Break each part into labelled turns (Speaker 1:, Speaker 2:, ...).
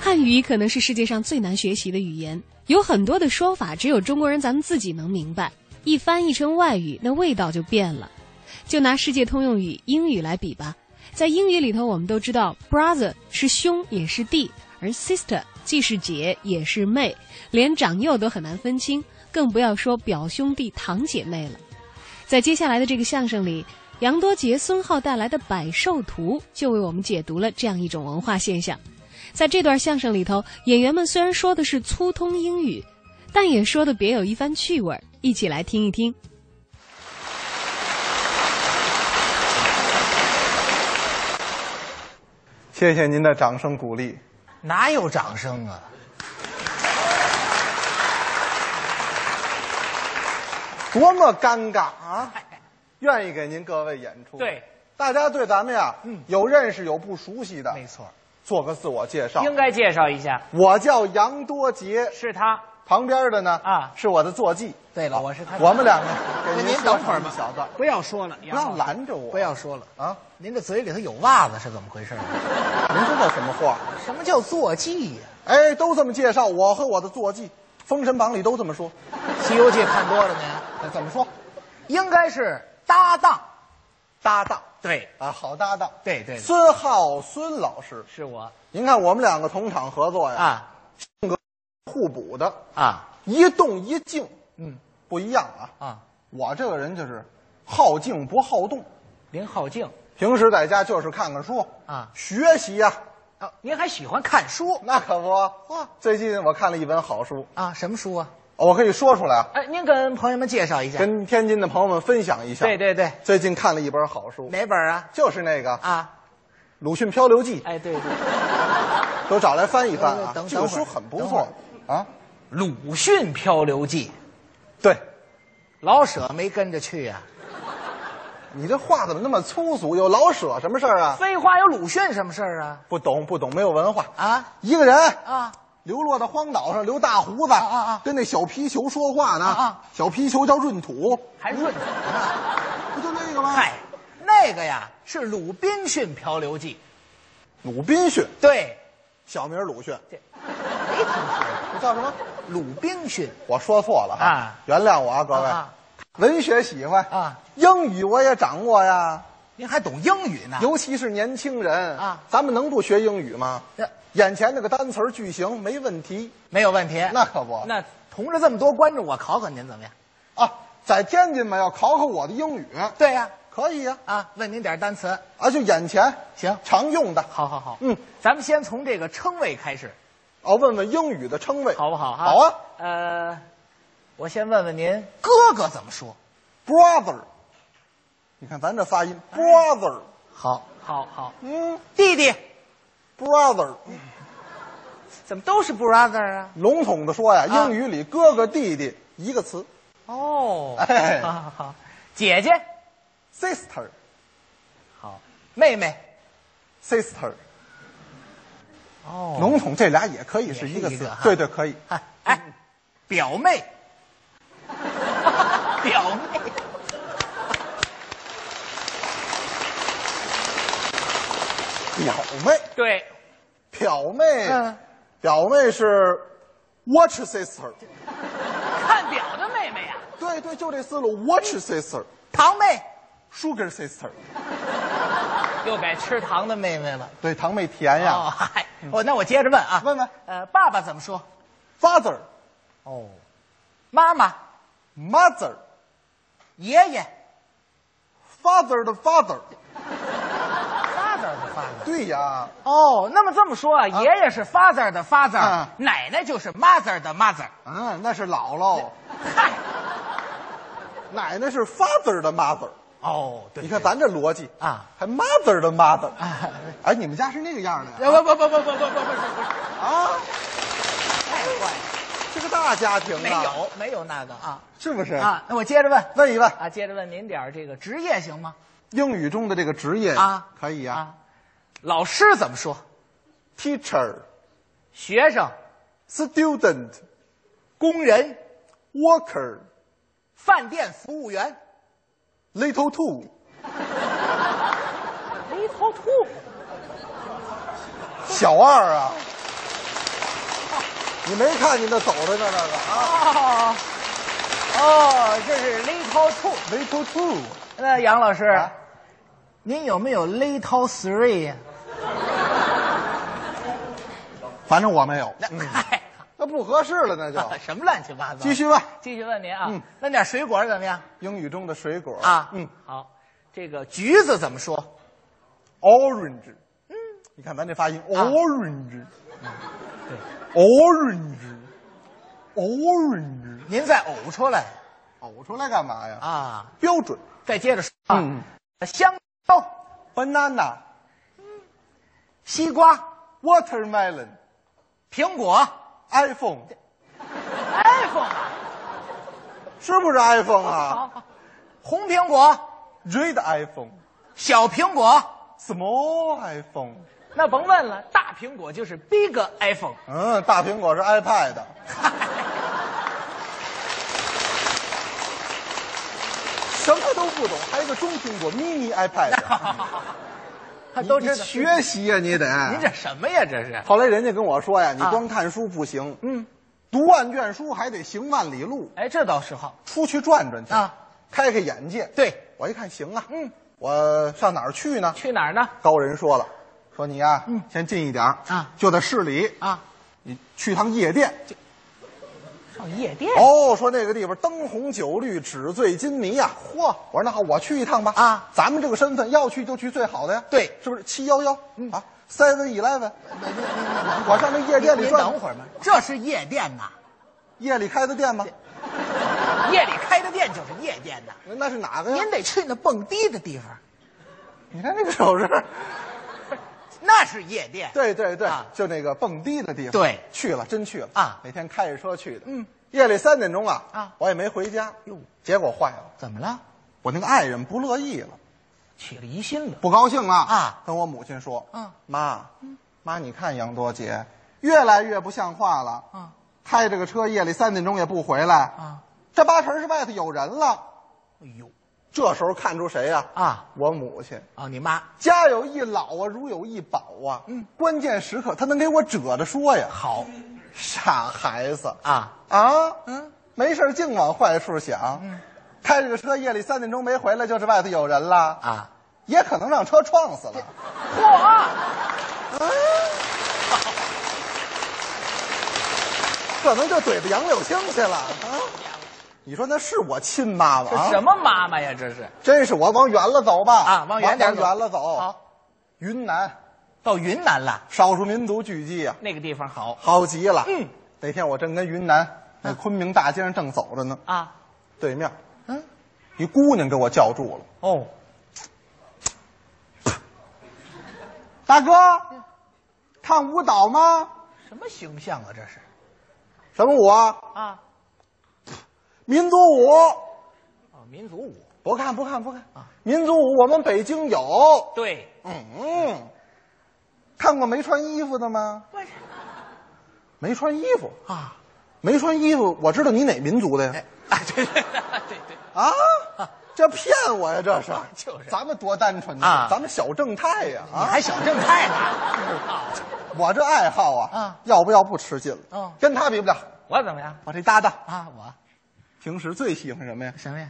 Speaker 1: 汉语可能是世界上最难学习的语言，有很多的说法，只有中国人咱们自己能明白。一翻译成外语，那味道就变了。就拿世界通用语英语来比吧，在英语里头，我们都知道 brother 是兄也是弟，而 sister 既是姐也是妹，连长幼都很难分清，更不要说表兄弟堂姐妹了。在接下来的这个相声里，杨多杰、孙浩带来的《百寿图》就为我们解读了这样一种文化现象。在这段相声里头，演员们虽然说的是粗通英语，但也说的别有一番趣味儿。一起来听一听。
Speaker 2: 谢谢您的掌声鼓励。
Speaker 3: 哪有掌声啊？
Speaker 2: 多么尴尬啊！愿意给您各位演出。
Speaker 3: 对，
Speaker 2: 大家对咱们呀，
Speaker 3: 嗯
Speaker 2: 有认识有不熟悉的，
Speaker 3: 没错，
Speaker 2: 做个自我介绍。
Speaker 4: 应该介绍一下，
Speaker 2: 我叫杨多杰，
Speaker 4: 是他。
Speaker 2: 旁边的呢
Speaker 4: 啊
Speaker 2: 是我的坐骑。
Speaker 3: 对了我是他
Speaker 2: 我们两个
Speaker 3: 那
Speaker 2: 给
Speaker 3: 哎您
Speaker 2: 说
Speaker 3: 等会儿
Speaker 2: 上
Speaker 3: 吧
Speaker 2: 一小段，
Speaker 3: 不要说了，
Speaker 2: 不要拦着我，
Speaker 3: 不要说了。
Speaker 2: 啊！
Speaker 3: 您这嘴里头有袜子是怎么回事啊？
Speaker 2: 您知道什么话？
Speaker 3: 什么叫坐骑呀、
Speaker 2: 哎，都这么介绍我和我的坐骑，《封神榜》里都这么说。
Speaker 3: 西游记》看多了您，
Speaker 2: 哎怎么说？
Speaker 3: 应该是搭档。
Speaker 2: 搭档
Speaker 3: 对，
Speaker 2: 啊，好搭档。
Speaker 3: 对对对
Speaker 2: 孙浩孙老师，
Speaker 4: 是我，
Speaker 2: 您看我们两个同场合作呀，
Speaker 3: 啊
Speaker 2: 性格互补的，
Speaker 3: 啊
Speaker 2: 一动一静，
Speaker 3: 嗯
Speaker 2: 不一样啊。
Speaker 3: 啊，
Speaker 2: 我这个人就是好静不好动，
Speaker 4: 林浩静
Speaker 2: 平时在家就是看看书
Speaker 3: 啊
Speaker 2: 学习呀、
Speaker 3: 啊！您还喜欢看书
Speaker 2: 那可不。哇，最近我看了一本好书，
Speaker 3: 啊？什么书啊？
Speaker 2: 我可以说出来啊，
Speaker 3: 哎、您跟朋友们介绍一下。
Speaker 2: 跟天津的朋友们分享一下。
Speaker 3: 对，对对，
Speaker 2: 最近看了一本好书，
Speaker 3: 哪本啊？
Speaker 2: 就是那个《
Speaker 3: 啊，
Speaker 2: 鲁迅漂流记》，
Speaker 4: 哎，对对，
Speaker 2: 都找来翻一翻
Speaker 3: 等
Speaker 2: 啊。
Speaker 3: 等
Speaker 2: 这个
Speaker 3: 会儿
Speaker 2: 书很不
Speaker 3: 等会
Speaker 2: 错
Speaker 3: 儿
Speaker 2: 啊。
Speaker 3: 《鲁迅漂流记
Speaker 2: 对，》，
Speaker 3: 老舍没跟着去呀、
Speaker 2: 你这话怎么那么粗俗？有老舍什么事儿啊？
Speaker 3: 废话，有鲁迅什么事儿啊？
Speaker 2: 不懂不懂，没有文化。
Speaker 3: 啊
Speaker 2: 一个人
Speaker 3: 啊，
Speaker 2: 流落到荒岛上，留大胡子，
Speaker 3: 啊啊啊
Speaker 2: 跟那小皮球说话呢。
Speaker 3: 啊啊
Speaker 2: 小皮球叫闰土，
Speaker 3: 还润什么呢？
Speaker 2: 不就那个吗？
Speaker 3: 嗨，那个呀是《鲁滨逊漂流记
Speaker 2: 鲁滨逊，》，
Speaker 3: 对，
Speaker 2: 小名鲁迅，
Speaker 3: 没听 说
Speaker 2: 这叫什么？
Speaker 3: 过鲁滨逊
Speaker 2: 我说错了
Speaker 3: 啊
Speaker 2: 原谅我啊，各位。
Speaker 3: 啊
Speaker 2: 文学喜欢
Speaker 3: 啊，
Speaker 2: 英语我也掌握呀，
Speaker 3: 您还懂英语呢？
Speaker 2: 尤其是年轻人
Speaker 3: 啊
Speaker 2: 咱们能不学英语吗？
Speaker 3: 这
Speaker 2: 眼前那个单词儿句型没问题，
Speaker 3: 呃没有问题。
Speaker 2: 那可不。
Speaker 3: 那同着这么多观众，我考考您怎么样？
Speaker 2: 啊，在天津嘛，要考考我的英语，
Speaker 3: 对呀、
Speaker 2: 可以呀、
Speaker 3: 啊，问您点单词。
Speaker 2: 啊，就眼前
Speaker 3: 行
Speaker 2: 常用的。
Speaker 3: 好好好，
Speaker 2: 嗯，
Speaker 3: 咱们先从这个称谓开始，
Speaker 2: 哦，问问英语的称谓
Speaker 3: 好不好哈？
Speaker 2: 好啊。
Speaker 3: 呃，我先问问您，哥哥怎么说？
Speaker 2: ，brother。你看咱这发音，brother，
Speaker 3: 哎好，
Speaker 4: 好好，
Speaker 2: 嗯
Speaker 3: 弟弟
Speaker 2: ，brother，
Speaker 3: 怎么都是 brother 啊？
Speaker 2: 笼统的说呀，
Speaker 3: 啊
Speaker 2: 英语里哥哥弟弟一个词
Speaker 3: 哦，
Speaker 2: 哎
Speaker 3: 好好好，姐姐，
Speaker 2: ，sister，sister。
Speaker 3: 好，妹妹，
Speaker 2: sister
Speaker 3: 哦，
Speaker 2: 笼统这俩也可以是一个
Speaker 3: 也是一
Speaker 2: 词
Speaker 3: 个哈，
Speaker 2: 对对，可以。
Speaker 3: 哎哎，表妹，表妹，
Speaker 2: 表妹，
Speaker 4: 对，
Speaker 2: 表妹
Speaker 3: 嗯，
Speaker 2: 表妹是 watch sister，
Speaker 4: 看表的妹妹呀、
Speaker 2: 对对，就这思路，watch sister，sugar
Speaker 3: 堂妹，
Speaker 2: sister，
Speaker 4: 又改吃糖。
Speaker 3: 堂的妹妹了。
Speaker 2: 对，堂妹甜
Speaker 3: 哦，
Speaker 2: 呀。
Speaker 3: 嗨，哦，那我接着问啊，
Speaker 2: 问问
Speaker 3: 呃，爸爸怎么说？
Speaker 2: father，
Speaker 3: 哦，妈妈，
Speaker 2: mother，
Speaker 3: 爷爷
Speaker 2: father 的 father，
Speaker 3: ，father 的 father。
Speaker 2: 对呀，
Speaker 3: 哦，那么这么说，啊、爷爷是 father 的 father，、
Speaker 2: 啊
Speaker 3: 奶奶就是 mother 的 mother。
Speaker 2: 嗯，那是姥姥，
Speaker 3: 嗨，
Speaker 2: 奶奶是 father 的 mother。
Speaker 3: 哦，对，
Speaker 2: 你看咱这逻辑
Speaker 3: 啊，
Speaker 2: 还 mother 的 mother，
Speaker 3: 啊
Speaker 2: 哎，你们家是那个样的呀？
Speaker 3: 不不不不不不不不是不是，
Speaker 2: 啊，
Speaker 3: 太坏了，
Speaker 2: 是个大家庭啊，
Speaker 3: 没有没有那个啊
Speaker 2: 是不是？
Speaker 3: 啊，那我接着问
Speaker 2: 问一问，
Speaker 3: 啊，接着问您点儿这个职业行吗？
Speaker 2: 英语中的这个职业
Speaker 3: 啊
Speaker 2: 可以呀
Speaker 3: 啊，老师怎么说？
Speaker 2: t e a c h e r
Speaker 3: 学生、
Speaker 2: student、
Speaker 3: 工人、
Speaker 2: worker、
Speaker 3: 饭店服务员、
Speaker 2: little two，
Speaker 4: 雷头兔，
Speaker 2: 小二啊，你没看你那走着呢那个啊
Speaker 3: 哦，哦，这是 little two。
Speaker 2: ，little two，
Speaker 3: 那呃杨老师，
Speaker 2: 啊
Speaker 3: 您有没有 little three 呀、
Speaker 2: 反正我没有，
Speaker 3: 那嗨、
Speaker 2: 那不合适了，那就
Speaker 3: 什么乱七八糟？
Speaker 2: 继续吧。
Speaker 4: 继续问您啊，
Speaker 2: 嗯
Speaker 3: 弄点水果怎么样？
Speaker 2: 英语中的水果
Speaker 3: 啊
Speaker 2: 嗯
Speaker 4: 好，这个
Speaker 3: 橘子怎么说？
Speaker 2: ，orange，嗯，你看咱这发音，orange，对，orange，orange，
Speaker 3: 您再呕出来
Speaker 2: 呕出来干嘛呀？
Speaker 3: 啊！
Speaker 2: 标准，
Speaker 3: 再接着说啊，
Speaker 2: 嗯
Speaker 3: 香蕉、
Speaker 2: ，banana。
Speaker 3: 西瓜、
Speaker 2: Watermelon,
Speaker 3: 苹果，
Speaker 2: iPhone，
Speaker 3: 哎
Speaker 4: iPhone 啊，
Speaker 2: 是不是 iPhone
Speaker 4: 好
Speaker 2: 啊
Speaker 4: 好
Speaker 3: 红苹果、
Speaker 2: ？Red iPhone,
Speaker 3: 小苹果，
Speaker 2: small iPhone。
Speaker 4: 那甭问了，大苹果就是 big iPhone。
Speaker 2: 嗯，大苹果是 iPad。什么都不懂，还有个中苹果 mini iPad，
Speaker 3: 他
Speaker 2: 你
Speaker 3: 都知
Speaker 2: 你
Speaker 3: 道。
Speaker 2: 学习呀、你得。
Speaker 3: 您这什么呀？这 是
Speaker 2: 后来人家跟我说呀，你
Speaker 3: 啊
Speaker 2: 光看书不行，
Speaker 3: 嗯，
Speaker 2: 读万卷书还得行万里路，
Speaker 3: 哎，这倒是好
Speaker 2: 出去转转去
Speaker 3: 啊，
Speaker 2: 开开眼界。
Speaker 3: 对，
Speaker 2: 我一看行啊，
Speaker 3: 嗯，
Speaker 2: 我上哪儿去呢？
Speaker 4: 去哪儿呢？
Speaker 2: 高人说了，说你呀、
Speaker 3: 嗯
Speaker 2: 先近一点儿
Speaker 3: 啊
Speaker 2: 就在市里，
Speaker 3: 啊。
Speaker 2: 你去趟夜店。
Speaker 4: 上夜店。
Speaker 2: 哦，说那个地方灯红酒绿，纸醉金迷呀、嚯！我说那好，我去一趟吧。
Speaker 3: 啊，
Speaker 2: 咱们这个身份要去就去最好的呀。
Speaker 3: 对嗯
Speaker 2: 是不是？七幺幺啊，Seven Eleven，
Speaker 3: 我
Speaker 2: 我上那夜店里
Speaker 3: 您
Speaker 2: 转
Speaker 3: 等会儿吧，这是夜店呐，
Speaker 2: 夜里开的店吗？
Speaker 3: 夜里开的店就是夜店呐。
Speaker 2: 那是哪个呀？
Speaker 3: 您得去那蹦迪的地方，
Speaker 2: 你看这个手 势。
Speaker 3: 那是夜店。
Speaker 2: 对对对，
Speaker 3: 啊
Speaker 2: 就那个蹦迪的地方。
Speaker 3: 对
Speaker 2: 去了，真去了
Speaker 3: 啊
Speaker 2: 那天开着车去的。
Speaker 3: 嗯，
Speaker 2: 夜里三点钟啊，
Speaker 3: 啊
Speaker 2: 我也没回家。
Speaker 3: 哟
Speaker 2: 结果坏了，
Speaker 3: 怎么了？
Speaker 2: 我那个爱人不乐意了。
Speaker 3: 起了疑心了。
Speaker 2: 不高兴了
Speaker 3: 啊
Speaker 2: 跟我母亲说，
Speaker 3: 嗯
Speaker 2: 妈，妈，你看杨多杰越来越不像话了，
Speaker 3: 啊
Speaker 2: 开着个车夜里三点钟也不回来，
Speaker 3: 啊！
Speaker 2: 这八成是外头有人了。
Speaker 3: 哎呦
Speaker 2: 这时候看出谁呀、
Speaker 3: 啊！
Speaker 2: 我母亲，
Speaker 3: 哦，你妈
Speaker 2: 家有一老啊，如有一宝啊，
Speaker 3: 嗯，
Speaker 2: 关键时刻她能给我褶着说呀，
Speaker 3: 好
Speaker 2: 傻孩子
Speaker 3: 啊，
Speaker 2: 啊，
Speaker 3: 嗯，
Speaker 2: 没事儿净往坏处想，嗯，开着个车夜里三点钟没回来，就是外头有人了
Speaker 3: 啊，
Speaker 2: 也可能让车撞死了。
Speaker 4: 嚯，
Speaker 2: 可能就怼着杨柳青去了
Speaker 3: 嗯
Speaker 2: 啊！你说那是我亲妈吗？
Speaker 4: 这
Speaker 2: 啊
Speaker 4: 什？么妈妈呀？这是
Speaker 2: 真是我往远了走吧！
Speaker 3: 啊往远点走
Speaker 2: 往远了走。
Speaker 3: 好，
Speaker 2: 云南
Speaker 3: 到云南了。
Speaker 2: 少数民族聚集啊，
Speaker 4: 那个地方好
Speaker 2: 好极了。
Speaker 3: 嗯，
Speaker 2: 那天我正跟云南那昆明大街上正走着呢，
Speaker 4: 啊。
Speaker 2: 对面
Speaker 3: 嗯，
Speaker 2: 一姑娘给我叫住了
Speaker 3: 哦，：“嗯
Speaker 2: 大哥，看舞蹈吗？
Speaker 3: 什么形象啊？这是
Speaker 2: 什么舞啊？
Speaker 3: 啊，
Speaker 2: 民族舞？
Speaker 3: 哦，民族舞。
Speaker 2: 不看，不看，不看
Speaker 3: 啊！
Speaker 2: 民族舞我们北京有。
Speaker 4: 对，
Speaker 2: 嗯，看过没穿衣服的吗？没穿衣服，
Speaker 3: 啊，
Speaker 2: 没穿衣服，我知道你哪民族的呀？
Speaker 3: 啊，对对
Speaker 4: 对对，
Speaker 2: 啊，这骗我呀，这是
Speaker 3: 就是
Speaker 2: 咱们多单纯呐
Speaker 3: 啊哎
Speaker 2: 咱们小正太呀
Speaker 3: 你
Speaker 2: 啊！
Speaker 3: 还小正太呢？
Speaker 2: 我这爱好啊，
Speaker 3: 啊
Speaker 2: 要不要不吃劲了？
Speaker 3: 哦
Speaker 2: 跟他比不了。
Speaker 4: 我怎么样？
Speaker 2: 我这搭档
Speaker 3: 啊，我
Speaker 2: 平时最喜欢什么呀？
Speaker 3: 什么呀？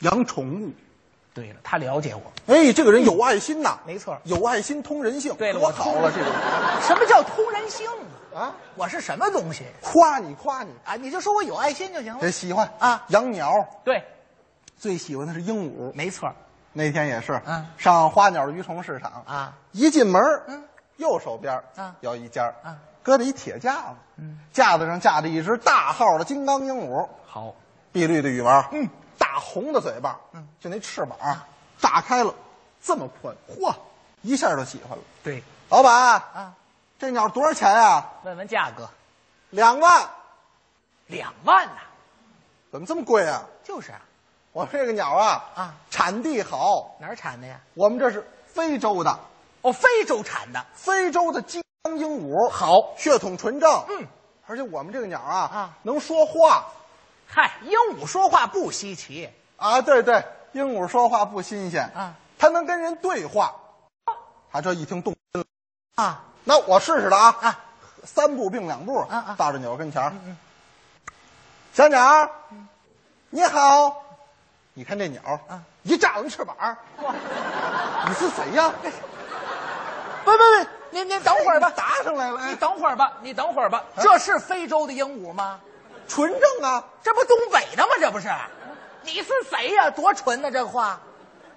Speaker 2: 养宠物。
Speaker 3: 对了，他了解我。
Speaker 2: 哎，这个人有爱心呐，
Speaker 3: 没错
Speaker 2: 有爱心通人性，
Speaker 4: 对了
Speaker 2: 多
Speaker 4: 我
Speaker 2: 好了，这个人
Speaker 3: 什么叫通人性啊？
Speaker 2: 啊，
Speaker 3: 我是什么东西
Speaker 2: 夸你夸你，
Speaker 3: 啊？你就说我有爱心就行
Speaker 2: 这
Speaker 3: 了。
Speaker 2: 喜欢
Speaker 3: 啊
Speaker 2: 养鸟
Speaker 4: 对，
Speaker 2: 最喜欢的是鹦鹉，啊
Speaker 3: 没错
Speaker 2: 那天也是，
Speaker 3: 嗯
Speaker 2: 上花鸟鱼虫市场，
Speaker 3: 啊，
Speaker 2: 一进门，
Speaker 3: 嗯，
Speaker 2: 右手边
Speaker 3: 啊
Speaker 2: 有一家，
Speaker 3: 啊，
Speaker 2: 搁着一铁架子，嗯，架子上架着一只大号的金刚鹦鹉，
Speaker 4: 好，
Speaker 2: 碧绿的羽毛，
Speaker 3: 嗯，
Speaker 2: 大红的嘴巴，
Speaker 3: 嗯，
Speaker 2: 就那翅膀啊炸开了，这么宽，嚯，一下就喜欢了。
Speaker 3: 对
Speaker 2: 老板，
Speaker 3: 啊，
Speaker 2: 这鸟多少钱啊？
Speaker 4: 问问价格，
Speaker 2: 两万，
Speaker 4: 两万呐、
Speaker 2: 怎么这么贵啊？
Speaker 3: 就是啊，
Speaker 2: 我们这个鸟啊，
Speaker 3: 啊，
Speaker 2: 产地好，
Speaker 3: 哪儿产的呀？
Speaker 2: 我们这是非洲的，
Speaker 3: 哦，非洲产的。
Speaker 2: 非洲的金刚鹦鹉，好，血统纯正。
Speaker 3: 嗯，
Speaker 2: 而且我们这个鸟啊，
Speaker 3: 啊
Speaker 2: 能说话
Speaker 3: 嗨，鹦鹉说话不稀奇
Speaker 2: 啊，对对，鹦鹉说话不新鲜
Speaker 3: 啊，
Speaker 2: 它能跟人对话。啊，这一听动，
Speaker 3: 啊
Speaker 2: 那我试试了啊
Speaker 3: 啊！
Speaker 2: 三步并两步，
Speaker 3: 啊啊
Speaker 2: 到这鸟跟前儿，小鸟儿，你好，你看这鸟儿
Speaker 3: 嗯啊
Speaker 2: 一炸了翅膀儿，你是谁 呀？
Speaker 3: 不不不，您您等会儿吧，
Speaker 2: 答上来了，
Speaker 3: 你
Speaker 2: 哎
Speaker 3: 等会儿吧，你等会儿吧，这是非洲的鹦鹉吗？
Speaker 2: 纯正啊！
Speaker 3: 这不东北的吗？这不是？你是谁呀、多纯呢、这 话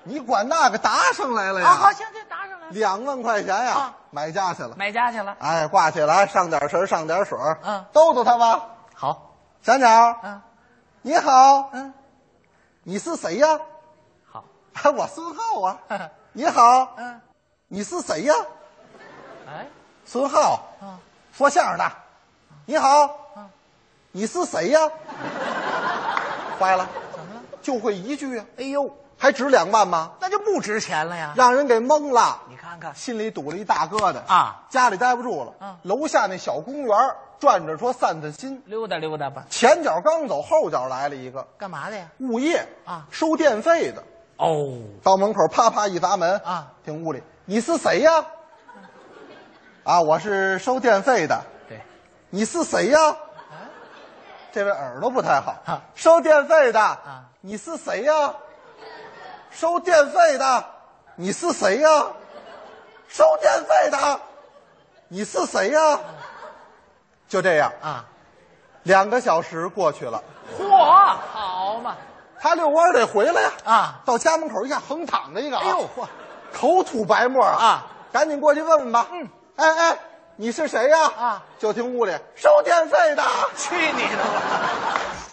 Speaker 2: 你管那个答上来了呀？
Speaker 3: 啊！好，行，这答上来了，
Speaker 2: 两万块钱呀，
Speaker 3: 啊
Speaker 2: 买家去了。
Speaker 3: 买家去了。
Speaker 2: 哎，挂起来，上点神，上点水，
Speaker 3: 嗯
Speaker 2: 逗逗它吧。
Speaker 4: 好，
Speaker 2: 小鸟儿，
Speaker 3: 嗯
Speaker 2: 你好，
Speaker 3: 嗯，
Speaker 2: 你是谁呀？
Speaker 4: 好，
Speaker 2: 哎，我孙浩啊。
Speaker 3: 嗯
Speaker 2: 你好，
Speaker 3: 嗯，
Speaker 2: 你是谁呀？
Speaker 4: 哎，
Speaker 2: 孙浩，
Speaker 3: 啊，
Speaker 2: 说相声的。你好，
Speaker 3: 嗯
Speaker 2: 你是谁呀？坏了，
Speaker 3: 怎么了？
Speaker 2: 就会一句啊，
Speaker 3: 哎呦，
Speaker 2: 还值两万吗？
Speaker 3: 那就不值钱了呀！
Speaker 2: 让人给蒙了，
Speaker 3: 你看看，
Speaker 2: 心里堵了一大疙瘩
Speaker 3: 啊，
Speaker 2: 家里待不住了。
Speaker 3: 嗯
Speaker 2: 楼下那小公园儿转着说散散心，
Speaker 4: 溜达溜达吧。
Speaker 2: 前脚刚走，后脚来了一个
Speaker 3: 干嘛的呀？
Speaker 2: 物业
Speaker 3: 啊
Speaker 2: 收电费的，
Speaker 4: 哦，
Speaker 2: 到门口啪啪一砸门
Speaker 3: 啊，
Speaker 2: 进屋里，你是谁呀？啊，我是收电费的。
Speaker 4: 对，
Speaker 2: 你是谁呀？这位耳朵不太好。
Speaker 3: 啊
Speaker 2: 收电费的。
Speaker 3: 啊
Speaker 2: 你是谁呀？收电费的。你是谁呀？收电费的。你是谁呀？就这样，
Speaker 3: 啊，
Speaker 2: 两个小时过去了，
Speaker 3: 嚯，好嘛！
Speaker 2: 他遛弯儿得回来呀。
Speaker 3: 啊
Speaker 2: 到家门口一看，横躺着一个、啊。
Speaker 3: 哎呦嚯，
Speaker 2: 口吐白沫啊！
Speaker 3: 啊
Speaker 2: 赶紧过去问问吧。
Speaker 3: 嗯，
Speaker 2: 哎哎，你是谁呀？
Speaker 3: 啊，
Speaker 2: 就听屋里收电费的。
Speaker 3: 去你的吧！